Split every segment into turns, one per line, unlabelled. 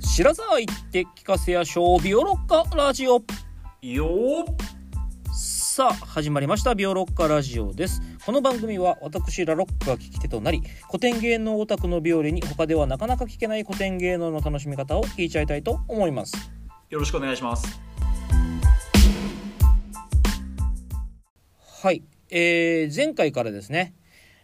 知らざいって聞かせやしょうビオロッカラジオ
よー
さあ始まりましたビオロッカラジオですこの番組は私ラロックが聞き手となり古典芸能オタクのビオレに他ではなかなか聞けない古典芸能の楽しみ方を聞いちゃいたいと思います
よろしくお願いします
はい、えー前回からですね、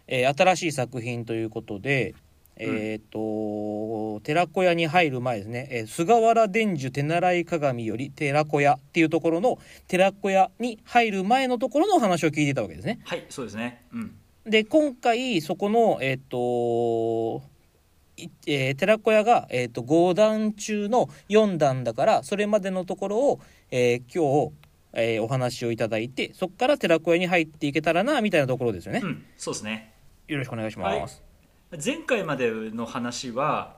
えー新しい作品ということで、えっ、と寺子屋に入る前ですね、えー菅原伝授手習い鏡より寺子屋っていうところの寺子屋に入る前のところのお話を聞いてたわけですね。
はいそうですねうん
で今回そこのえっ、といえー寺子屋が、えー、と5段中の4段だからそれまでのところを、えー今日、えーお話をいただいてそこから寺子屋に入っていけたらなみたいなところですよね、
うんそうですね
よろしくお願いします、
前回までの話は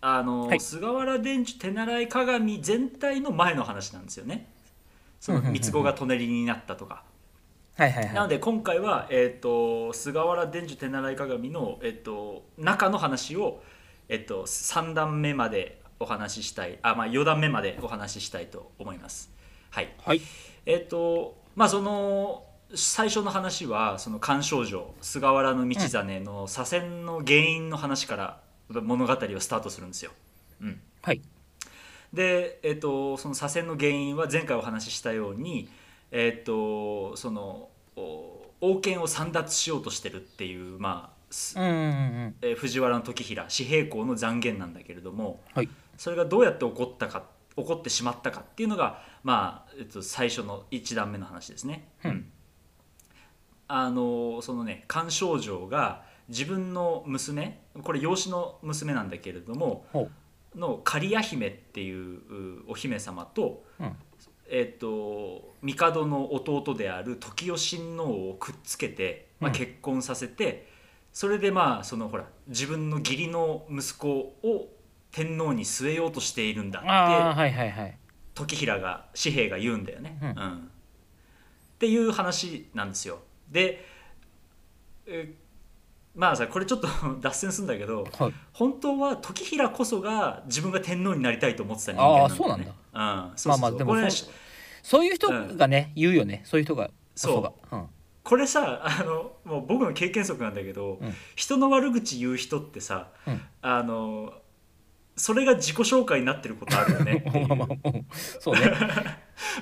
あの、
はい
菅原伝授手習い鏡全体の前の話なんですよねその
うんうんうん
三つ子が隣になったとか
はい、はいはい
なので今回は、えっと菅原伝授手習い鏡の、えっと中の話を、えっと3段目までお話ししたいあ、まあ、4段目までお話ししたいと思います。はい、
はい
えっ、とまあその最初の話はその菅丞相菅原道真の左遷の原因の話から物語をスタートするんですよ。うん、
はい
で、えっとその左遷の原因は前回お話ししたように、えっとそのお王権を散奪しようとしてるっていう、まあす
うんうんうん
えー藤原時平私平公の残言なんだけれども、
はい
それがどうやって起こったか起こってしまったかっていうのが、まあえっと、最初の1段目の話ですね。
うん
あのそのね菅丞相が自分の娘これ養子の娘なんだけれども
ほう
の刈谷姫っていううお姫様と,、
うん
えっと帝の弟である時代親王をくっつけて、まあ、
うん
結婚させて、それでまあそのほら自分の義理の息子を天皇に据えようとしているんだって
ああはいはいはい
時平が紙幣が言うんだよね、
うん
っていう話なんですよでえまあさこれちょっと 脱線するんだけど
はい
本当は時平こそが自分が天皇になりたいと思ってた人
あ
間
あそうな
な
んんだ
だよねうんそう
まあ
そう
まあ
そう
で
これ
もそうそういう人がね、言うよねそういう人が
そう
こそがうん
これさあのもう僕の経験則なんだけど、
うん
人の悪口言う人ってさ、
うん
あのそれが自己紹介になってることあるよねってい う
まあまあまあうんそうね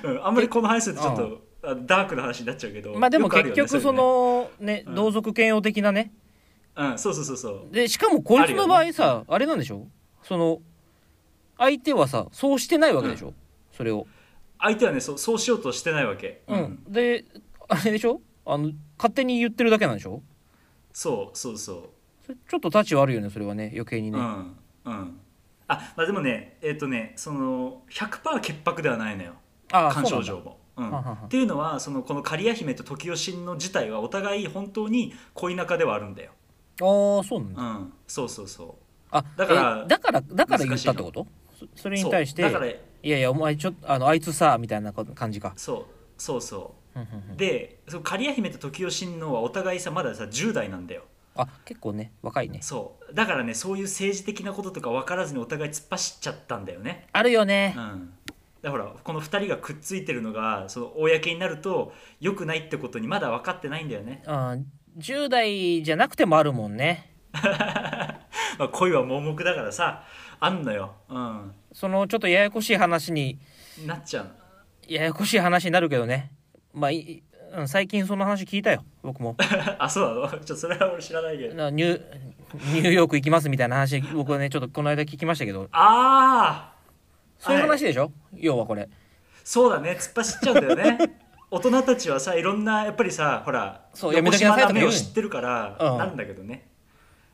うんあんまりこの話するとちょっとあダークな話になっちゃうけど
まあでも
よくる
結
よね
局そ
れね
のね
うん
同族嫌悪的なね
うん、そうそうそうそう
でしかもこいつの場
あるよ
合さあれなんでしょその相手はさそうしてないわけでしょそれを
相手はねそうそうしようとしてないわけ、
うんであれでしょあの勝手に言ってるだけなんでしょ
そうそうそ
それちょっと立ち悪いよねそれはね余計に
う、
ね
う
は
んうんあまあでもねえっ、とねその100%潔白ではないのよ
ああ
菅
そう
丞
なんだ
相も。うん
ははは
っていうのはそのこの刈谷姫と時代親王自体はお互い本当に恋仲ではあるんだよ。
ああそうなん
う
だ
ん、そうそうそ
あ
だから
えだからだから言ったってことそそれ
う。
に
そう
対して
だから
いやいやお前ちょっとあのあいつさみたいな感じか
そうそうそ
うんうんう
うんでその刈谷姫と時代親王はお互いさまださ10代なんだよ。
あ結構ね若いね
そうだからねそういう政治的なこととか分からずにお互い突っ走っちゃったんだよね。
あるよね
うん、だからこの2人がくっついてるのがその公になると良くないってことにまだ分かってないんだよね、
うん10代じゃなくてもあるもんね
まあ、恋は盲目だからさあんのよ、うん、
そのちょっとややこしい話に
なっちゃう
ややこしい話になるけどねまあいいうん最近その話聞いたよ僕も
あそうなの ちょっとそれは俺知らないけど
なニュニューヨーク行きますみたいな話僕はねちょっとこの間聞きましたけど
ああ
そういう話でしょ、要はこれ
そうだね突っ走っちゃうんだよね 大人たちはさいろんなやっぱりさほら
そう
横
やめときなさいとか
島
言う
を
の
知ってるから、
うん
なんだけどね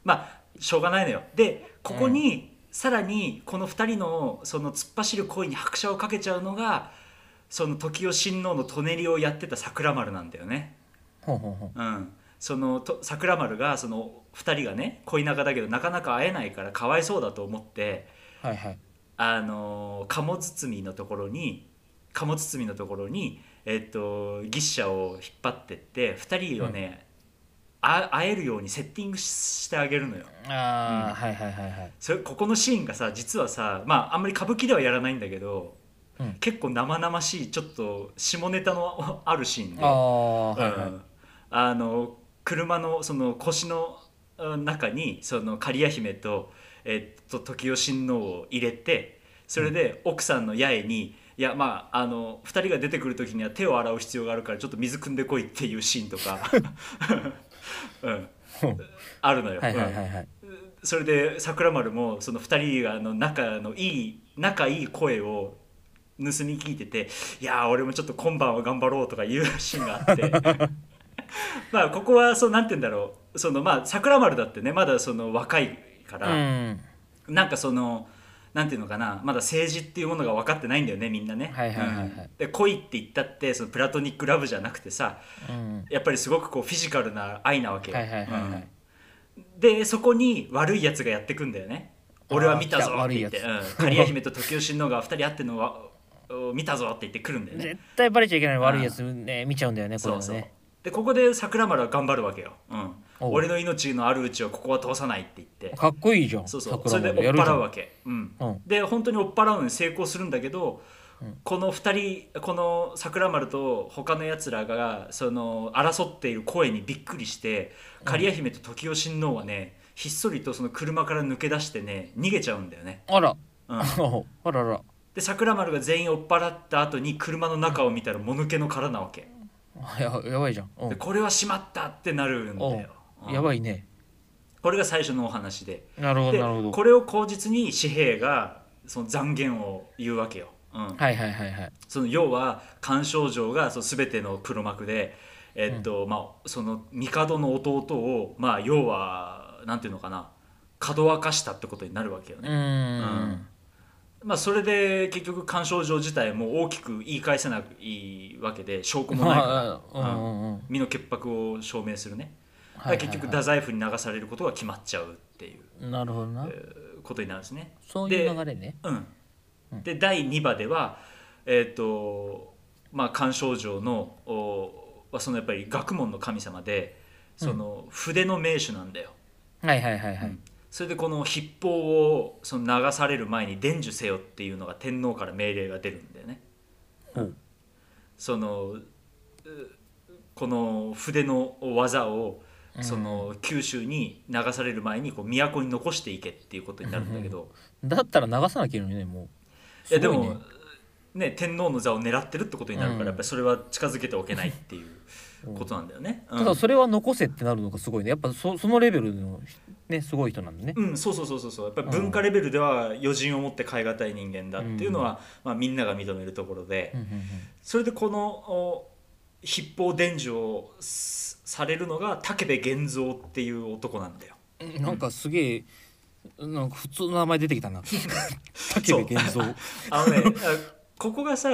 まあしょうがないのよでここに、さらにこの2人のその突っ走る恋に拍車をかけちゃうのがその時代親王の舎人をやってた桜丸なんだよね
ほんほんほん
うんそのと桜丸がその2人がね恋仲だけどなかなか会えないからかわいそうだと思って
はいはい
あの鴨包のところに鴨包のところにえっと牛車を引っ張ってって2人をね、あ会えるようにセッティングししてあげるのよ
ああ、
うん
はいはいはいはい
それここのシーンがさ実はさまああんまり歌舞伎ではやらないんだけど、
うん
結構生々しいちょっと下ネタのあるシーンで
ああ、はいは
う
い
んあの車のその腰のうん中にその刈谷姫と,、えっと時代親王を入れてそれで奥さんの八重に「いやまああの2人が出てくる時には手を洗う必要があるからちょっと水汲んでこい」っていうシーンとか、 うん、あるのよ。
はいはい
うん
はいはい
それで桜丸もその2人があの仲のいい仲いい声を盗み聞いてて「いやー俺もちょっと今晩は頑張ろう」とかいうシーンがあって まあここはそうなんて言うんだろうそのまあ桜丸だってねまだその若いか
う
ら、
ん
なんかそのなんていうのかなまだ政治っていうものが分かってないんだよねみんなね。
はいはいはいはい
うんで恋って言ったってそのプラトニックラブじゃなくてさ
うん
やっぱりすごくこうフィジカルな愛なわけよ。
はいはいはいはい
でそこに悪いやつがやってくんだよね
あー
俺は見たぞ
来た
って言って
悪いやつ
うん刈谷姫と時代親王が2人会ってるのはお見たぞって言ってくるんだよね
絶対バレちゃいけない悪いやつね見ちゃうんだよねこれ
そ
は
うそう
ね
でここで桜丸は頑張るわけよ、うん、
おう
俺の命のあるうちをここは通さないって言って
かっこいいじゃん
そうそうそ
桜
れで
も
追っ
やるじゃ
払
ん
うわけ、うん
うん
で本当に追っ払うのに成功するんだけど、この2人この桜丸と他のやつらがその争っている声にびっくりして刈谷姫と時代親王はねひっそりとその車から抜け出してね逃げちゃうんだよね、
あら
うん
あらら
で桜丸が全員追っ払った後に車の中を見たらもぬけの殻なわけ
ややばいじゃんう
で
ん
これはしまったってなるんだよ、うん
やばいね
これが最初のお話で
なるほど
で
なるほど
これを口実に紙幣がその残言を言うわけよ、うん、
はいはいはいはい
その要は鑑賞状がその全ての黒幕で、えっとまあ、その帝の弟を、まあ、要はなんていうのかなかどわかしたってことになるわけよ
う
ね。
ーん
まあ、それで結局鑑賞状自体も大きく言い返せないわけで証拠もないか
うんう
ら、
んうん
身の潔白を証明するね。だか
はいはいは
ら
い
結局太宰府に流されることが決まっちゃうっていう
なるほどな
えーことになるんですね。
そういう
で
流れね
うん、で第2話ではえっ、とまあ鑑賞状のおはそのやっぱり学問の神様でその筆の名手なんだよ、
はいはいはいはい
それでこの筆法をその流される前に伝授せよっていうのが天皇から命令が出るんだよね
ほう
そのうこの筆の技をその九州に流される前にこう都に残していけっていうことになるんだけど、
だったら流さなきゃいけないのにねもう
いやです
ご
も
ね
ね天皇の座を狙ってるってことになるから、
うん
やっぱりそれは近づけておけないっていうことなんだよね。うん
ただそれは残せってなるのがすごいねやっぱそそのレベルのねすごい人なんだね
うん、そうそうそうそうそうやっぱり文化レベルでは余人を持って代え難い人間だっていうのは、まあ、みんなが認めるところで、
うんうんうん
それでこのお筆法伝授をすされるのが武部源蔵っていう男なんだよ。
なんかすげえ、なんか普通の名前出てきた な。武部源蔵。
あのね あここがさ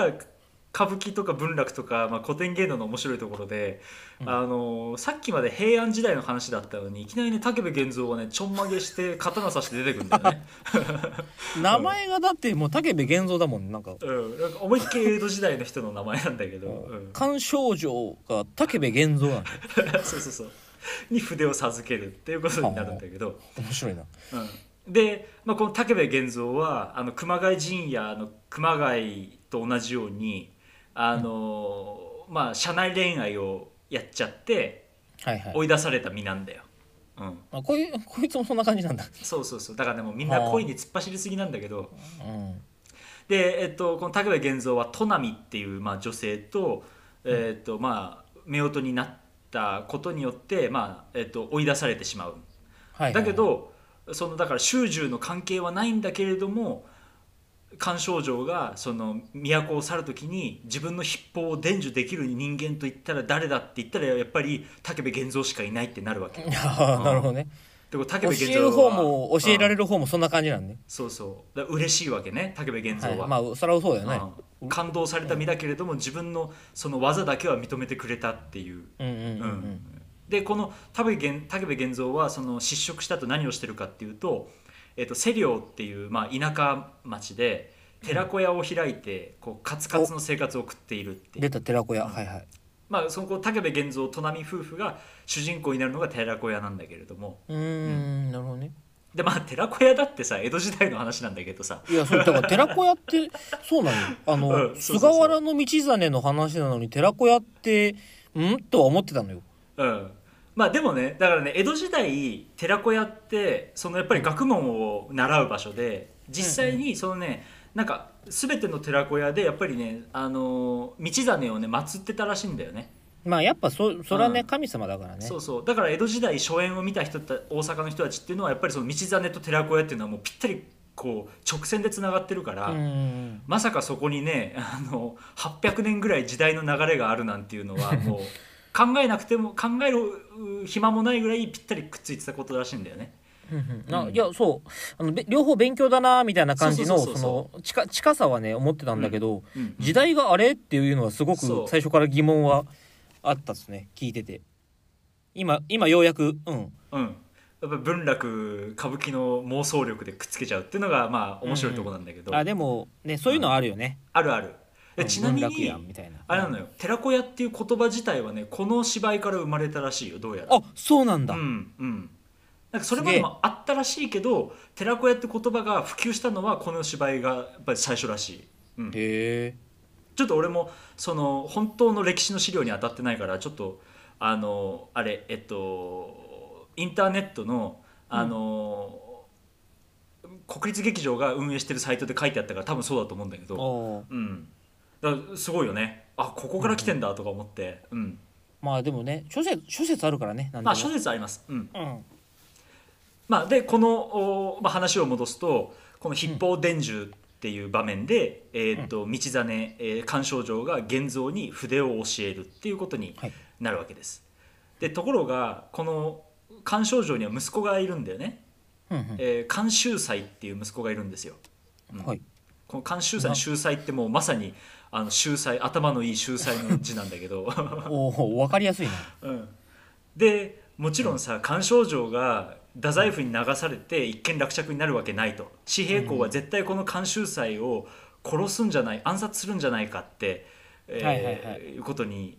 歌舞伎とか文楽とか、まあ、古典芸能の面白いところで、あのさっきまで平安時代の話だったのにいきなりね武部源蔵はねちょんまげして刀刺して出てくるんだよ ね、
名前がだってもう武部源蔵だもん、なんか。
うん、なんか思いっきり江戸時代の人の名前なんだけど、うん、
鑑賞状が武部源蔵なんだ。
そうそうそうに筆を授けるっていうことになるんだけど、
面白いな。
うん、で、まあ、この武部源蔵はあの熊谷陣屋の熊谷と同じようにあの、まあ、社内恋愛をやっちゃって
はいはい。
追い出された身なんだよ、うん、
あこいこいつもそんな感じなんだ。
そうそうそうだからねもうみんな恋に突っ走りすぎなんだけど
うん。
で、えっと、この武部源蔵は都波っていう、まあ、女性と、えっとまあ、夫婦になったことによって、まあえっと、追い出されてしまう
はいはいはい、
だけどそのだから宗獣の関係はないんだけれども菅丞相がその都を去る時に自分の筆法を伝授できる人間と言ったら誰だって言ったらやっぱり武部源蔵しかいないってなるわけ。で
あー。なるほどね。
これ
教
武
え
部源
る
蔵
方
は
も教えられ
うん
る方もそんな感じなんね。
そうそうだから嬉しいわけね武部源
はい、
蔵は、
まあそれはそうだよね。
うん感動された身だけれども自分のその技だけは認めてくれたっていう
うんうんうんう
うんん。でこの田部源武部源蔵はその失職したと何をしてるかっていうと,、えっと瀬領っていう、まあ、田舎町で寺子屋を開いてこうカツカツの生活を送っているっていう
出た寺子屋。はいはい。
まあその武部源蔵砺波夫婦が主人公になるのが寺子屋なんだけれども
うーんなるほどね
でまあ寺子屋だってさ江戸時代の話なんだけどさ
いやそうだから寺子屋ってそうなの よあの、
うんそうそうそう
菅原道真の話なのに寺子屋ってんとは思ってたのよ
うんまあでもねだからね江戸時代寺子屋ってそのやっぱり学問を習う場所で実際にそのね、なんか全ての寺子屋でやっぱりねあの道真をね祀ってたらしいんだよね
まあやっぱそそれはね、
うん
神様だからね
そうそうだから江戸時代初演を見た人た大阪の人たちっていうのはやっぱりその道真と寺子屋っていうのはもうぴったりこう直線でつながってるから、
うんうんうん
まさかそこにねあの800年ぐらい時代の流れがあるなんていうの はもう考えなくても考える暇もないぐらいぴったりくっついてたことらしいんだよね。
うんうんあ
うん
いやそうあのべ両方勉強だなみたいな感じの
そうそうそうそ
その近近さはね思ってたんだけど、
うん
時代があれっていうのはすご
そ
く
う
最初から疑問はあったですね聞いてて今今ようやくうん
うん、やっぱ文楽歌舞伎の妄想力でくっつけちゃうっていうのがまあ面白いところなんだけど、
あでもねそういうのはあるよね、
あるある。で
うん
ちなみ
文楽
に
やんみたいな
あれなのよ寺子屋っていう言葉自体はねこの芝居から生まれたらしいよどうやら。
あそうなんだ、
うんうんなんかそれまでもあったらしいけど寺子屋って言葉が普及したのはこの芝居がやっぱり最初らしい、うん、ち
へ
ょっと俺もその本当の歴史の資料に当たってないからちょっとあのあれえっとインターネットのあの、国立劇場が運営してるサイトで書いてあったから多分そうだと思うんだけ
え
ど、うん、だからすごいよねあここから来てんだとか思って、うん、
まあでもね諸説諸説あるからねなんでも
まあ諸説あります、うん、
うん
まあ、でこの、おまあ、話を戻すとこの「筆法伝授」っていう場面で、えー、と道真、えー勘正城が玄蔵に筆を教えるっていうことに
はい
なるわけです。でところがこの勘正城には息子がいるんだよね、
うんうん
えー、勘秀才っていう息子がいるんですよ。
はい
この勘秀才の秀才ってもうまさにあの秀才頭のいい秀才の字なんだ けど。
おお分かりやすいな
うんでもちろんさ菅丞相が太宰府に流されて一件落着になるわけないと紙幣公は絶対この監修祭を殺すんじゃない暗殺するんじゃないかって、えー
はい
い
はいはいう
ことに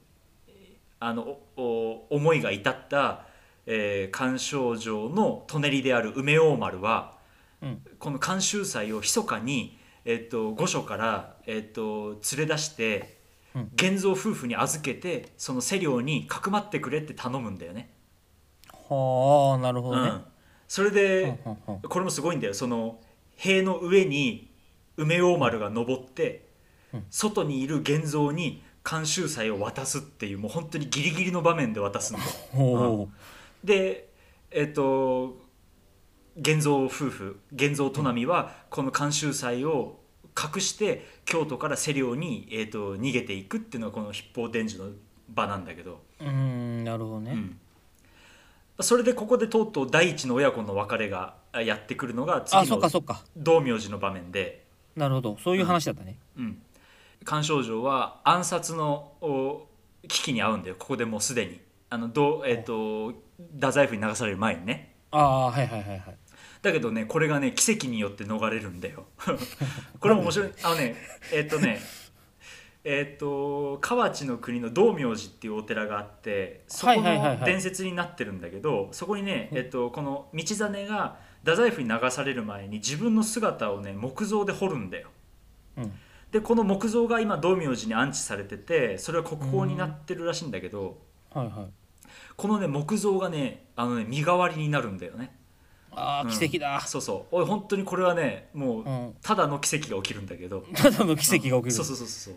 あのおお思いが至った、えー、菅丞相の舎人である梅王丸は、
うん
この監修祭を密かに、えっと御所から、えっと連れ出して
うん
現像夫婦に預けてその施領にかくまってくれって頼むんだよね。
はあなるほど
う
ね
ん、それで、
うんうんうん
これもすごいんだよその塀の上に梅王丸が登って、
うん
外にいる現像に監修祭を渡すっていうもう本当にギリギリの場面で渡すんだよ。
おー
でえっと現像夫婦現像都波はこの監修祭を隠して京都から世領に、えっと逃げていくっていうのがこの筆法伝授の場なんだけど、
うーんなるほど
う
ね
んそれでここでとうとう第一の親子の別れがあやってくるのが
あ
次
そっか
の
そっか
道明寺の場面で。
なるほどそういう話だったね
うん、菅丞相は暗殺のお危機に遭うんだよここでもうすでにあのどう、えっと太宰府に流される前にね
ああはいはいはいはい
だけどねこれがね奇跡によって逃れるんだよ これも 面白いあのねえっとねえっと河内の国の道明寺っていうお寺があってそこ
はいはいはい
の
はい
伝説になってるんだけど、そこにね、えっと、この道真が太宰府に流される前に自分の姿をね木造で彫るんだよ
うん
でこの木像が今道明寺に安置されててそれは国宝になってるらしいんだけど、
はいはい
このね木像がねあのね身代わりになるんだよね
ああ奇跡だ
そうそう俺本当にこれはねもう、
うん
ただの奇跡が起きるんだけど
ただの奇跡が起きる
そうそうそうそう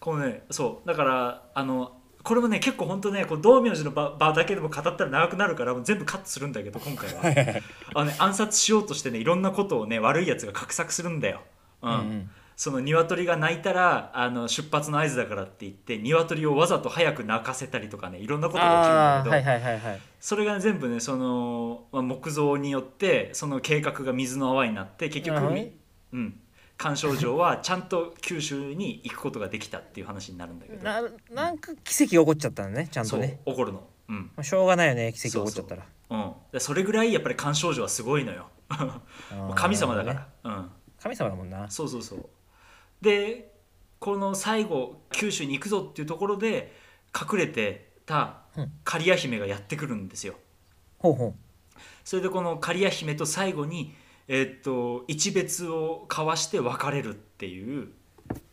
このねそうだからあのこれもね結構本当ねこう道明寺の場場だけでも語ったら長くなるからもう全部カットするんだけど今回は
はいはいはい
あの、ね、暗殺しようとしてねいろんなことをね悪いやつが画策するんだよ、う
うんんうん
その鶏が鳴いたらあの出発の合図だからって言って鶏をわざと早く鳴かせたりとかねいろんなことが起きるんだ
あ
け
あ
ど、
はいはいはいはい
それが全部ねその、まあ、木造によってその計画が水の泡になって結局、
はい
うん鑑賞城はちゃんと九州に行くことができたっていう話になるんだけど
ななんか奇跡が起こっちゃったのねちゃんとね
そう起こるのうん、
まあしょうがないよね奇跡が起こっちゃったら
うん、でそれぐらいやっぱり鑑賞城はすごいのよもう神様だから、うん
神様だもんな
そうそうそうでこの最後九州に行くぞっていうところで隠れてた
うん
刈谷姫がやってくるんですよ
ほうほう
それでこの刈谷姫と最後に、えーっと一別を交わして別れるっていう、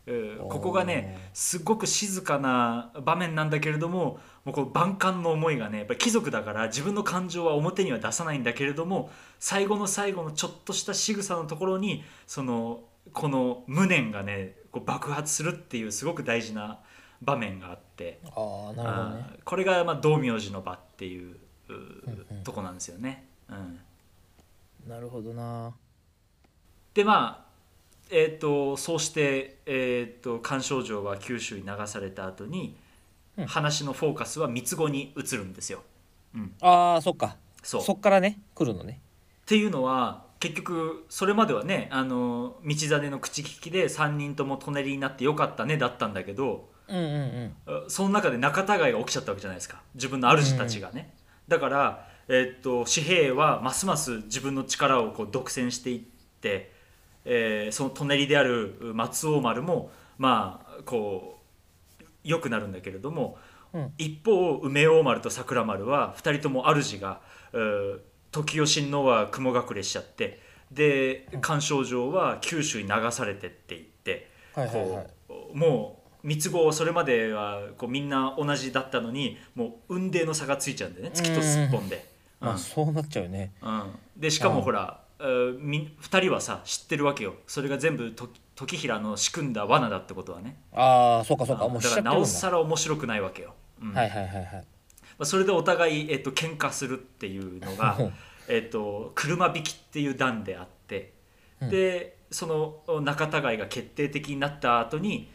えー
おー
ここがねすごく静かな場面なんだけれどももうこう万感の思いがねやっぱり貴族だから自分の感情は表には出さないんだけれども最後の最後のちょっとした仕草のところにそのこの無念がねこう爆発するっていうすごく大事な場面があって。
ああなるほどね
あーこれがまあ道明寺の場っていう
う
う
んうん
とこなんですよね。うん、
なるほどな
でまあえー、とそうして、えー、と菅丞相は九州に流された後に、
うん
話のフォーカスは三つ子に移るんですよ。
あーそっか
そ
そうっからね来るのね
っていうのは結局それまではねあの道真の口利きで3人とも隣になってよかったねだったんだけど、
うんうんうん
その中で仲違いが起きちゃったわけじゃないですか自分の主たちがね、だから、えーっと紙幣はますます自分の力をこう独占していって、えーその隣である松尾丸もまあこう良くなるんだけれども、
うん
一方梅王丸と桜丸は2人とも主が、えー時代親王は雲隠れしちゃってで鑑賞上は九州に流されてって言って。
はいはいはい
こうもう三つ子それまではこうみんな同じだったのにもう雲泥の差がついちゃうんでね月とすっぽんで。うん
まあそうなっちゃうね
うんでしか
う
も
ん
ほら、えーみ2人はさ知ってるわけよそれが全部と時平の仕組んだ罠だってことはね
ああそうかそうか
うん
もうし
だ
ち
か
ゃ
ら
って
な
るん
お
だ
さら面白くないわけよ、うん
はいはいはいはい
まあ、それでお互い、えっと喧嘩するっていうのがえっと車引きっていう段であって、
うん
でその仲違いが決定的になった後に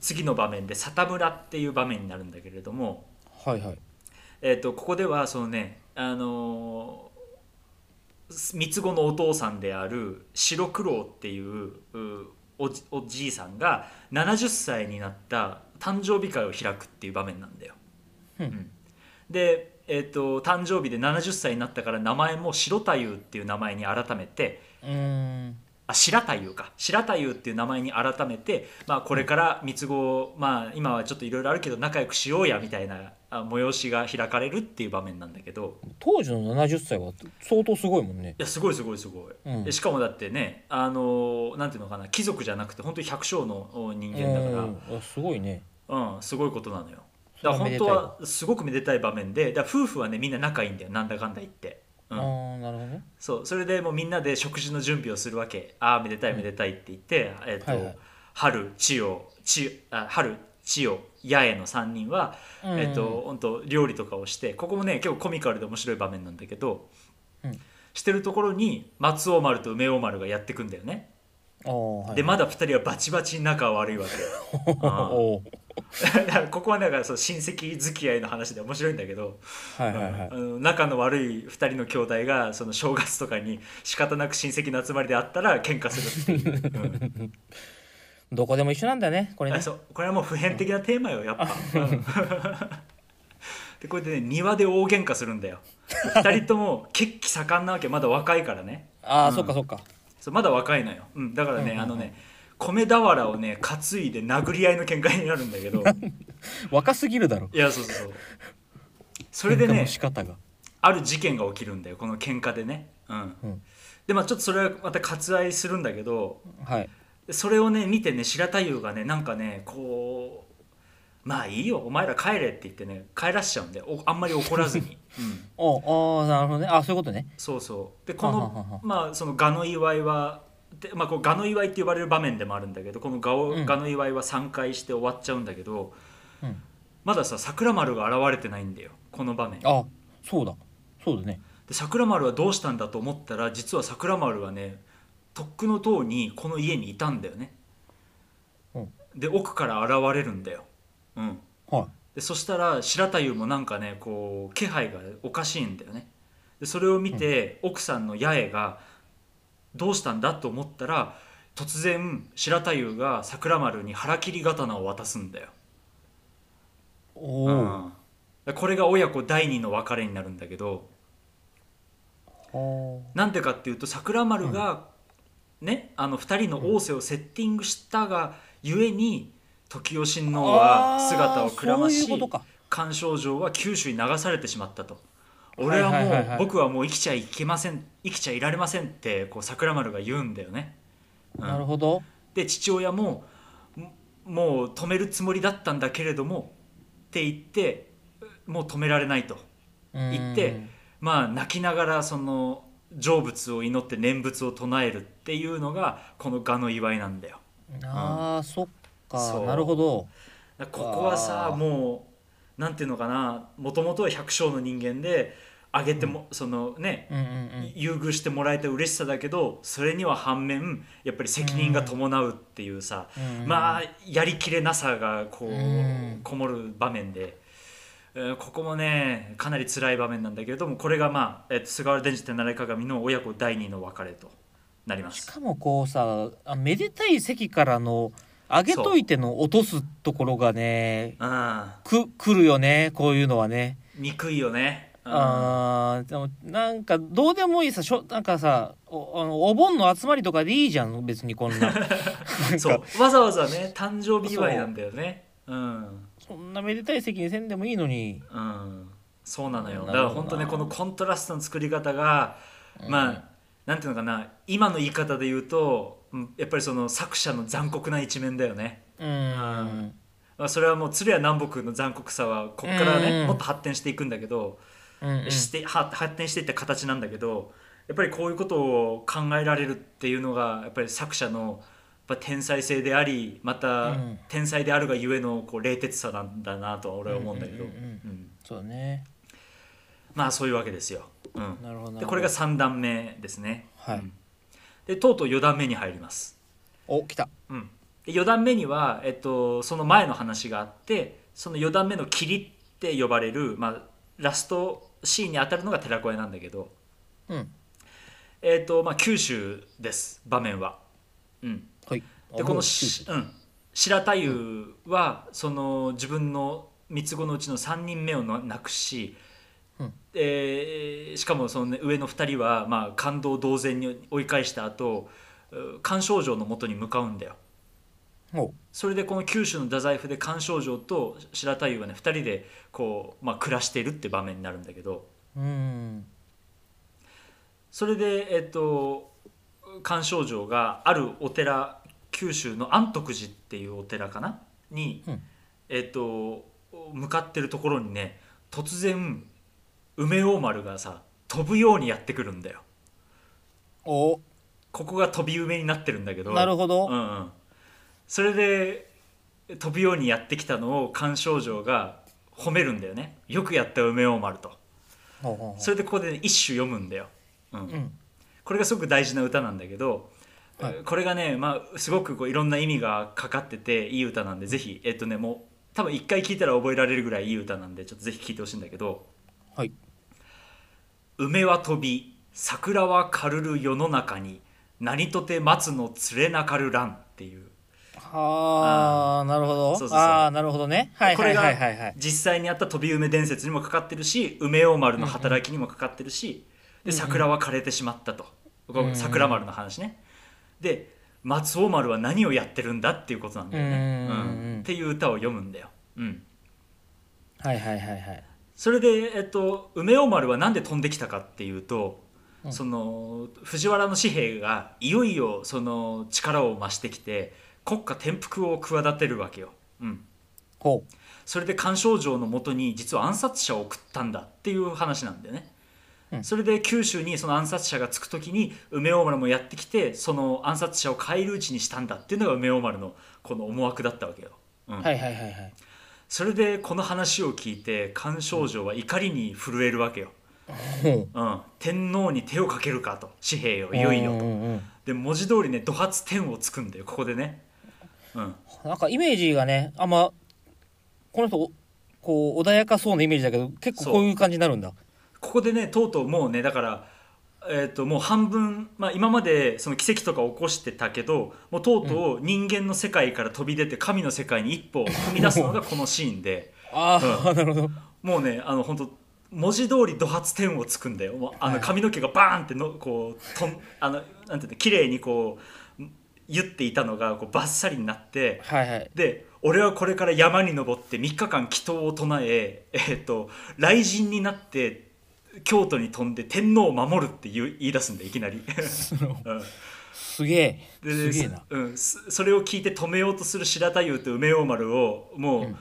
次の場面で「佐田村」っていう場面になるんだけれども、
はいはい
えっとここではそのね、あのー三つ子のお父さんである白九郎っていううおじおじいさんが70歳になった誕生日会を開くっていう場面なんだよ。
うん
で、えっと誕生日で70歳になったから名前も白太夫っていう名前に改めて
うーん
あ白太夫か白太夫っていう名前に改めて、まあ、これから三つ子を、まあ、今はちょっといろいろあるけど仲良くしようやみたいなあ催しが開かれるっていう場面なんだけど
当時の70歳は相当すごいもんね
いやすごいすごいすごい、
うん
でしかもだってねあのーなんていうのかな貴族じゃなくて本当に百姓のお人間だから。
うんあすごいね
うん、すごいことなのよ。
そ
だ
れ
から
はめで
本当
たいわ
はすごくめでたい場面で、だから夫婦はねみんな仲いいんだよ、なんだかんだ言って。う
あ
ん、
ーなるほどね
そうそれでもうみんなで食事の準備をするわけ。ああめでたいめでたいって言って、えっ、と、
はいはい
春千代千あ春千代八重の三人は、
うん
えっ、と本当料理とかをして、ここもね結構コミカルで面白い場面なんだけど、
うん
してるところに松尾丸と梅尾丸がやってくんだよね。
あーはい
でまだ二人はバチバチに仲悪いわけよ。 うん
おー
だからここはなんかその親戚付き合いの話で面白いんだけど、
はいはいはい
あの仲の悪い2人の兄弟がその正月とかに仕方なく親戚の集まりで会ったら喧嘩するっていう、うん
どこでも一緒なんだねこれね
あそうこれはもう普遍的なテーマよやっぱ。うん でこうやってね庭で大喧嘩するんだよ2人とも血気盛んなわけまだ若いからね
ああ
うん
そっかそっか
そうまだ若いのよ、うん、だからね、あのね米俵をね担いで殴り合いの喧嘩になるんだけ ど
若すぎるだろ
いやそうそうそうそれで
喧嘩
ね
の仕方が
ある事件が起きるんだよこの喧嘩でね、うん
うん
でまあちょっとそれはまた割愛するんだけど
はい
それをね見てね白太夫がねなんかねこう「まあいいよお前ら帰れ」って言ってね帰らしちゃうんでおあんまり怒ら ずに、うん
おおなるほどねあそういうことね
そうそうでこ
ははは
の
は
まあその「蛾の祝いは」でまあ、こう「蛾の祝い」って呼ばれる場面でもあるんだけどこの蛾を
うん
「蛾の祝い」は3回して終わっちゃうんだけど、
うん
まださ桜丸が現れてないんだよこの場面
あそうだそうだね
で桜丸はどうしたんだと思ったら実は桜丸はねとっくの塔にこの家にいたんだよね、
うん
で奥から現れるんだよ、うん、
は
でそしたら白太夫もなんかねこう気配がおかしいんだよねでそれを見て、奥さんの八重がどうしたんだと思ったら突然白太夫が桜丸に腹切り刀を渡すんだよ、
いおお、
うんでこれが親子第二の別れになるんだけど
お
なんでかっていうと桜丸が、ねあの2人の王政をセッティングしたがゆえに時代親王は姿をくらま
あーそうい
し
うことか
菅丞相は九州に流されてしまったと俺はもう、
はいはいはいはい
僕はもう生きちゃいけません生きちゃいられませんってこう桜丸が言うんだよね、うん
なるほど
で父親もももう止めるつもりだったんだけれどもって言ってもう止められないと
行
行ってまあ泣きながらその成仏を祈って念仏を唱えるっていうのがこの「蛾の祝い」なんだよ
ああそっか
そう
なるほど
だからここはさ
あー
もうなんていうのかなもともとは百姓の人間であげても、そのね
うんうんうん
優遇してもらえた嬉しさだけどそれには反面やっぱり責任が伴うっていうさ、
うんうん
まあやりきれなさがこう、
うん
こもる場面で、えーここもねかなり辛い場面なんだけれどもこれがまあ、えっと菅原伝授手習い鏡の親子第二の別れとなりま
し
す。
かもこうさあめでたい席からの上げといての落とすところがね
うん、
く来るよねこういうのはね
憎いよね。うん
あーでもなんかどうでもいいさしょなんかさおあのお盆の集まりとかでいいじゃん別にこん な
そうわざわざね誕生日祝いなんだよね。うん
そんなめでたい席にせんでもいいのに
うん、そうなのよ
な
だ
る
か
ほどな
ら本当ねこのコントラストの作り方が、まあなんていうのかな今の言い方で言うとうんやっぱりその作者の残酷な一面だよね
うん
んまあそれはもう鶴屋南北の残酷さはこっから
うんう
ね
ん
もっと発展していくんだけど、
うんうん
しては発展していった形なんだけどやっぱりこういうことを考えられるっていうのがやっぱり作者のやっぱ天才性でありま
う
た
ん
天才であるがゆえのこう冷徹さなんだなとは俺は思うんだけど、
うんうんうんうん
うん
そうだね
まあそういうわけですよ。うん、
なるほどなるほど
でこれが3段目ですね。
はい
うんでとうとう4段目に入ります。
お来た
うん、で4段目には、えっと、その前の話があってその4段目の「霧」って呼ばれる、まあ、ラストシーンに当たるのが寺子屋なんだけど、
うん
えっとまあ、九州です場面は。うん、
はい
で
あ
こ
も
の
う
し、うん、白太夫は、その自分の三つ子のうちの3人目をな亡くし、
うん
えーしかもその、ね、上の2人は、まあ、感動同然に追い返した後う菅丞相のもとに向かうんだよ
お
それでこの九州の太宰府で菅丞相と白太夫はね2人でこう、まあ、暮らしているって場面になるんだけど
うん
それで、えっと、菅丞相があるお寺九州の安徳寺っていうお寺かなに、
うん
えっと、向かってるところにね突然梅王丸がさ飛ぶようにやってくるんだよ
お
ここが飛び梅になってるんだけど
なるほど、
うんうん、それで飛ぶようにやってきたのを菅丞相が褒めるんだよねよくやった梅王丸と
ほうほうほう
それでここで、ね、一首読むんだよ、うん
うん
これがすごく大事な歌なんだけど、
はい
えーこれがね、まあ、すごくこういろんな意味がかかってていい歌なんでぜひえっとねもう多分一回聴いたら覚えられるぐらいいい歌なんでちょっとぜひ聴いてほしいんだけど
はい
「梅は飛び桜はかるる世の中に何とて松の連れなかるらん」っていう
はあなるほど
そうそうそう
ああなるほどねはい
こ
は
れ
い
が
はいはいはい
実際にあった飛び梅伝説にもかかってるし梅王丸の働きにもかかってるし、で桜は枯れてしまったと、こう桜丸の話ねで松尾丸は何をやってるんだっていうことなんだよ
うん
ね、うんっていう歌を読むんだよ、うん、
はいはいはいはい
それで、えっと、梅尾丸はなんで飛んできたかっていうと、
うん
その藤原の紙幣がいよいよその力を増してきて国家転覆を企てるわけよ、うん、
ほう
それで菅丞相のもとに実は暗殺者を送ったんだっていう話なんだよね、
うん
それで九州にその暗殺者が着く時に梅大丸もやってきてその暗殺者を返り討ちにしたんだっていうのが梅大丸のこの思惑だったわけよ、う
は
ん
いはいはいはい
それでこの話を聞いて菅丞相は怒りに震えるわけよ、
ほ
うん、天皇に手をかけるかと紙幣を
う
い
い
よいよと
うんうん
で文字通りね怒発天をつくんだよここでね、うん、
なんかイメージがねあんまこの人おこう穏やかそうなイメージだけど結構こういう感じになるんだ
ここでねとうとうもうねだから、えー、ともう半分、まあ、今までその奇跡とか起こしてたけどもうとうとう人間の世界から飛び出て神の世界に一歩踏み出すの がこのシーンで
ああ、 なるほど
もうねあの本当文字通り怒発天をつくんだよもうあ
は
の
い
髪の毛がバーンってのこうとんあのなんていうの綺麗にこうゆっていたのがこうバッサリになって
はいはい
で俺はこれから山に登って3日間祈祷を唱ええー、と雷神になって京都に飛んで天皇を守るって言う言い出すんだいきなり、うん
すげえす
で
げえな
うん、すそれを聞いて止めようとする白太夫と梅王丸をもう、
ん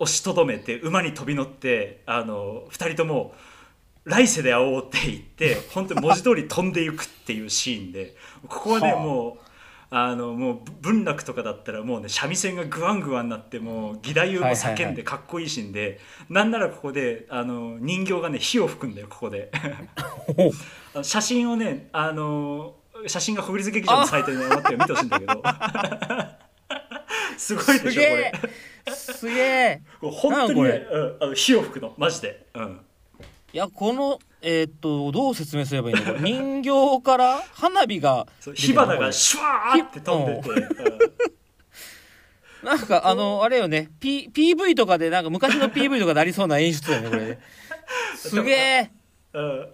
押しとどめて馬に飛び乗ってあの2人とも「来世で会おう」って言って 本当に文字通り飛んでいくっていうシーンでここはね
はあ
もう。あのもうぶ文楽とかだったらもうね三味線がグワングワンになってもう義太夫も叫んでかっこいいシーンで、なんならここであの人形がね火を吹くんだよここで
お
あの写真をねあの写真が国立劇場のサイトに上がってる見てほしいんだ けどすごいですしょ
げ
これ
えすげえ
これ本当にね
なん
うん、あの火を吹くのマジで、うん、
いやこのえーっとどう説明すればいいのこ れ人形から花火が
そう
出て
火
るの
花がシュワーって飛んでて、うん
なんかあのあれよね、P、PV とかでなんか昔 の PV とかでありそうな演出だよねこれねすげえ
うん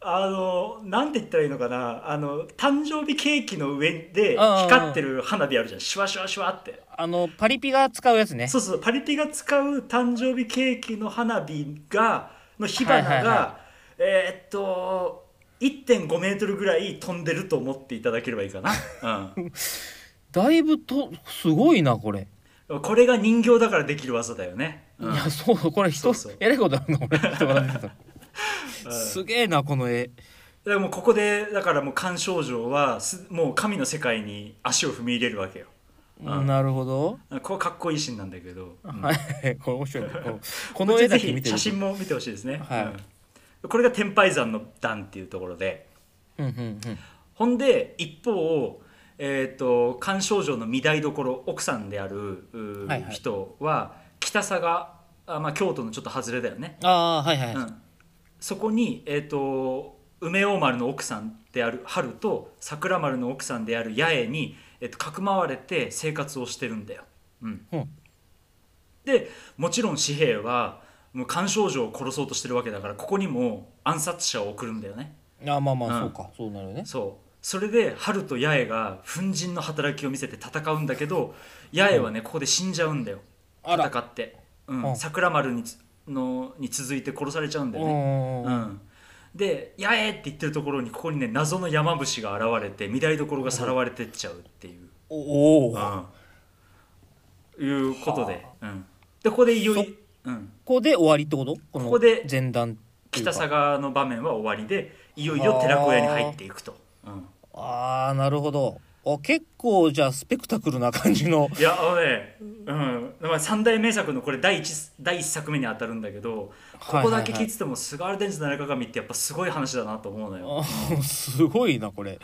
あのなんて言ったらいいのかなあの誕生日ケーキの上で
うんうんうん
光ってる花火あるじゃんシュワシュワシュワって
あのパリピが使うやつね
そうそうパリピが使う誕生日ケーキの花火がの火花が、
はいはいは
えーっと1.5メートルぐらい飛んでると思っていただければいいかな、
だいぶとすごいなこれ、
うん、 これが人形だからできる技だよね、うん
いやそうこれ人
そうそう
えらいことあるなこれ人が出て
う
た
ん
すげえなこの絵
だからもうここでだからもう菅少女はすもう神の世界に足を踏み入れるわけようん
なるほど、
これかっこいいシーンなんだけど、うん
はい これ面白いねこのこの絵だけ見て
ぜ
る
ひ写真も見てほしいですね、
はい
うんこれが天拝山の段っていうところで
うんうんうん
ほんで一方えー、と菅少女の御台所奥さんであるうー
はいはい
人は北佐賀あ、まあ、京都のちょっと外れだよね、
ああーはいはい、
うん、そこに、えー、と梅王丸の奥さんである春と桜丸の奥さんである八重に、えー、とかくまわれて生活をしてるんだよ。うん
うん
でもちろん紙幣はもう菅少女を殺そうとしてるわけだからここにも暗殺者を送るんだよね。
あまあまあ、
う
そ
ん
うかそうなるよね
そうそれで春と八重が粉塵の働きを見せて戦うんだけど八重はねここで死んじゃうんだよ
あら
戦って、う
うん
ん、桜丸につのに続いて殺されちゃうんだよね。
う
うんん、で「やえ!」って言ってるところにここにね謎の山伏が現れて御台所がさらわれてっちゃうっていう、
お
う
お
ん、いうことで、うん、でここでいよいよ
そ、
うん、
ここで終わりってことこ
ここで
の前段っていう
北
か
佐賀の場面は終わりでいよいよ寺子屋に入っていくと。うん
ああなるほどあ結構じゃあスペクタクルな感じの
いやあのね、うんまあ、三大名作のこれ第一第一作目に当たるんだけどここだけ聞いてても「菅原伝授の七鏡」ってやっぱすごい話だなと思うのよ。
あーすごいなこれ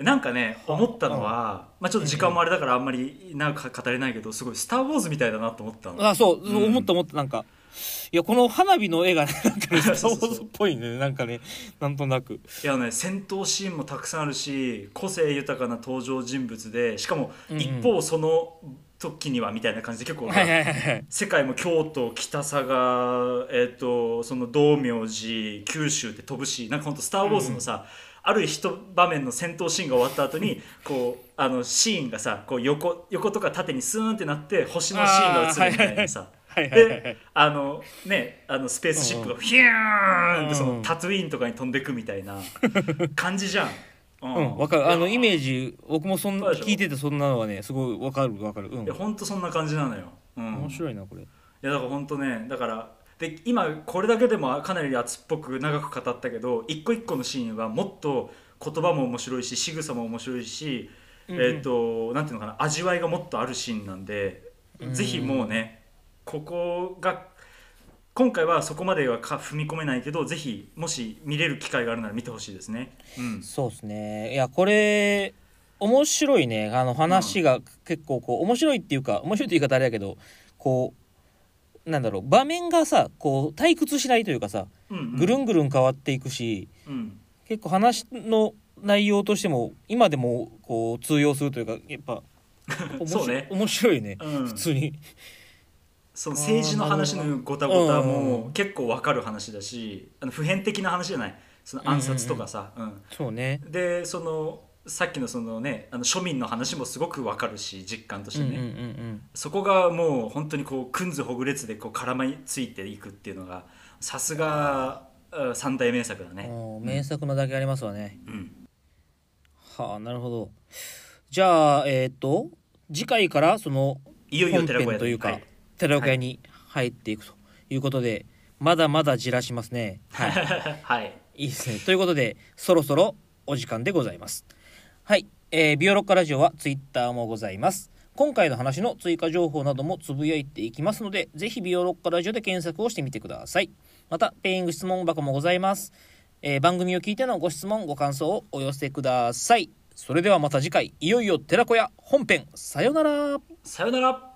うんなんかね思ったのは、まあ、ちょっと時間もあれだからあんまりなんか語れないけどすごい「スター・ウォーズ」みたいだなと思ったの
あそう、
うん
思った思ったなんかいやこの花火の絵がね なんかねスター・
そうそう
ウォーズっぽいねなんかねなんとなく
いやね戦闘シーンもたくさんあるし個性豊かな登場人物でしかも
うんうん
一方その時にはみたいな感じで結構、
はいはいはいはい
世界も京都北佐賀、えっとその道明寺九州って飛ぶしなんかほんと「スター・ウォーズ」のさ、ある一場面の戦闘シーンが終わった後にこうあのシーンがさこう横横とか縦にスーンってなって星のシーンが映るみたいなさ。
はいはいはいは
で
い
あのねあのスペースシップがヒューンってそ
うん
のタトゥイーンとかに飛んでくみたいな感じじゃん。う
うんわかるあのイ
ージ
メージ僕もそんな
そうでしょ
聞いててそんなのはねすごいわかるわかるうん
ほんとそんな感じなのよ。うん、
面白いなこれ
いやだから本当ねだからで今これだけでもかなり熱っぽく長く語ったけど一個一個のシーンはもっと言葉も面白いし仕草も面白いし、
うんうん
えっ、となんていうのかな味わいがもっとあるシーンなんで、
うん
ぜひもうねここが今回はそこまではか踏み込めないけどぜひもし見れる機会があるなら見てほしいですね。うん
そうですねいやこれ面白いねあの話が結構こう面白いっていうか面白いって言い方あれやけどこうなんだろう場面がさこう退屈しないというかさ
うんうん
ぐるんぐるん変わっていくし
うん
結構話の内容としても今でもこう通用するというかやっぱ 面白い
そうね
面白いね、
うん
普通に
その政治の話のごたごたも結構わかる話だしあの普遍的な話じゃないその暗殺とかさ、うん
そうね
でそのさっきのそのねあの庶民の話もすごくわかるし実感としてね、
うんうんうん
そこがもう本当にこうくんずほぐれつでこう絡まりついていくっていうのがさすがうん三大名作だ
うん
ね、
もう名作なだけありますわね、
うん、
はあなるほどじゃあえっ、と次回からその
いよいよ
本
寺子屋
編
に
というか、
はい
寺岡屋に入っていくということで、まだまだじらしますねはい
はい
いいですね。ということで、そろそろお時間でございます。はい。えービオロッカラジオはツイッターもございます。今回の話の追加情報などもつぶやいていきますので、ぜひビオロッカラジオで検索をしてみてください。また、ペイング質問箱もございます。えー番組を聞いてのご質問、ご感想をお寄せください。それではまた次回、いよいよ寺子屋本編、さよなら。
さよなら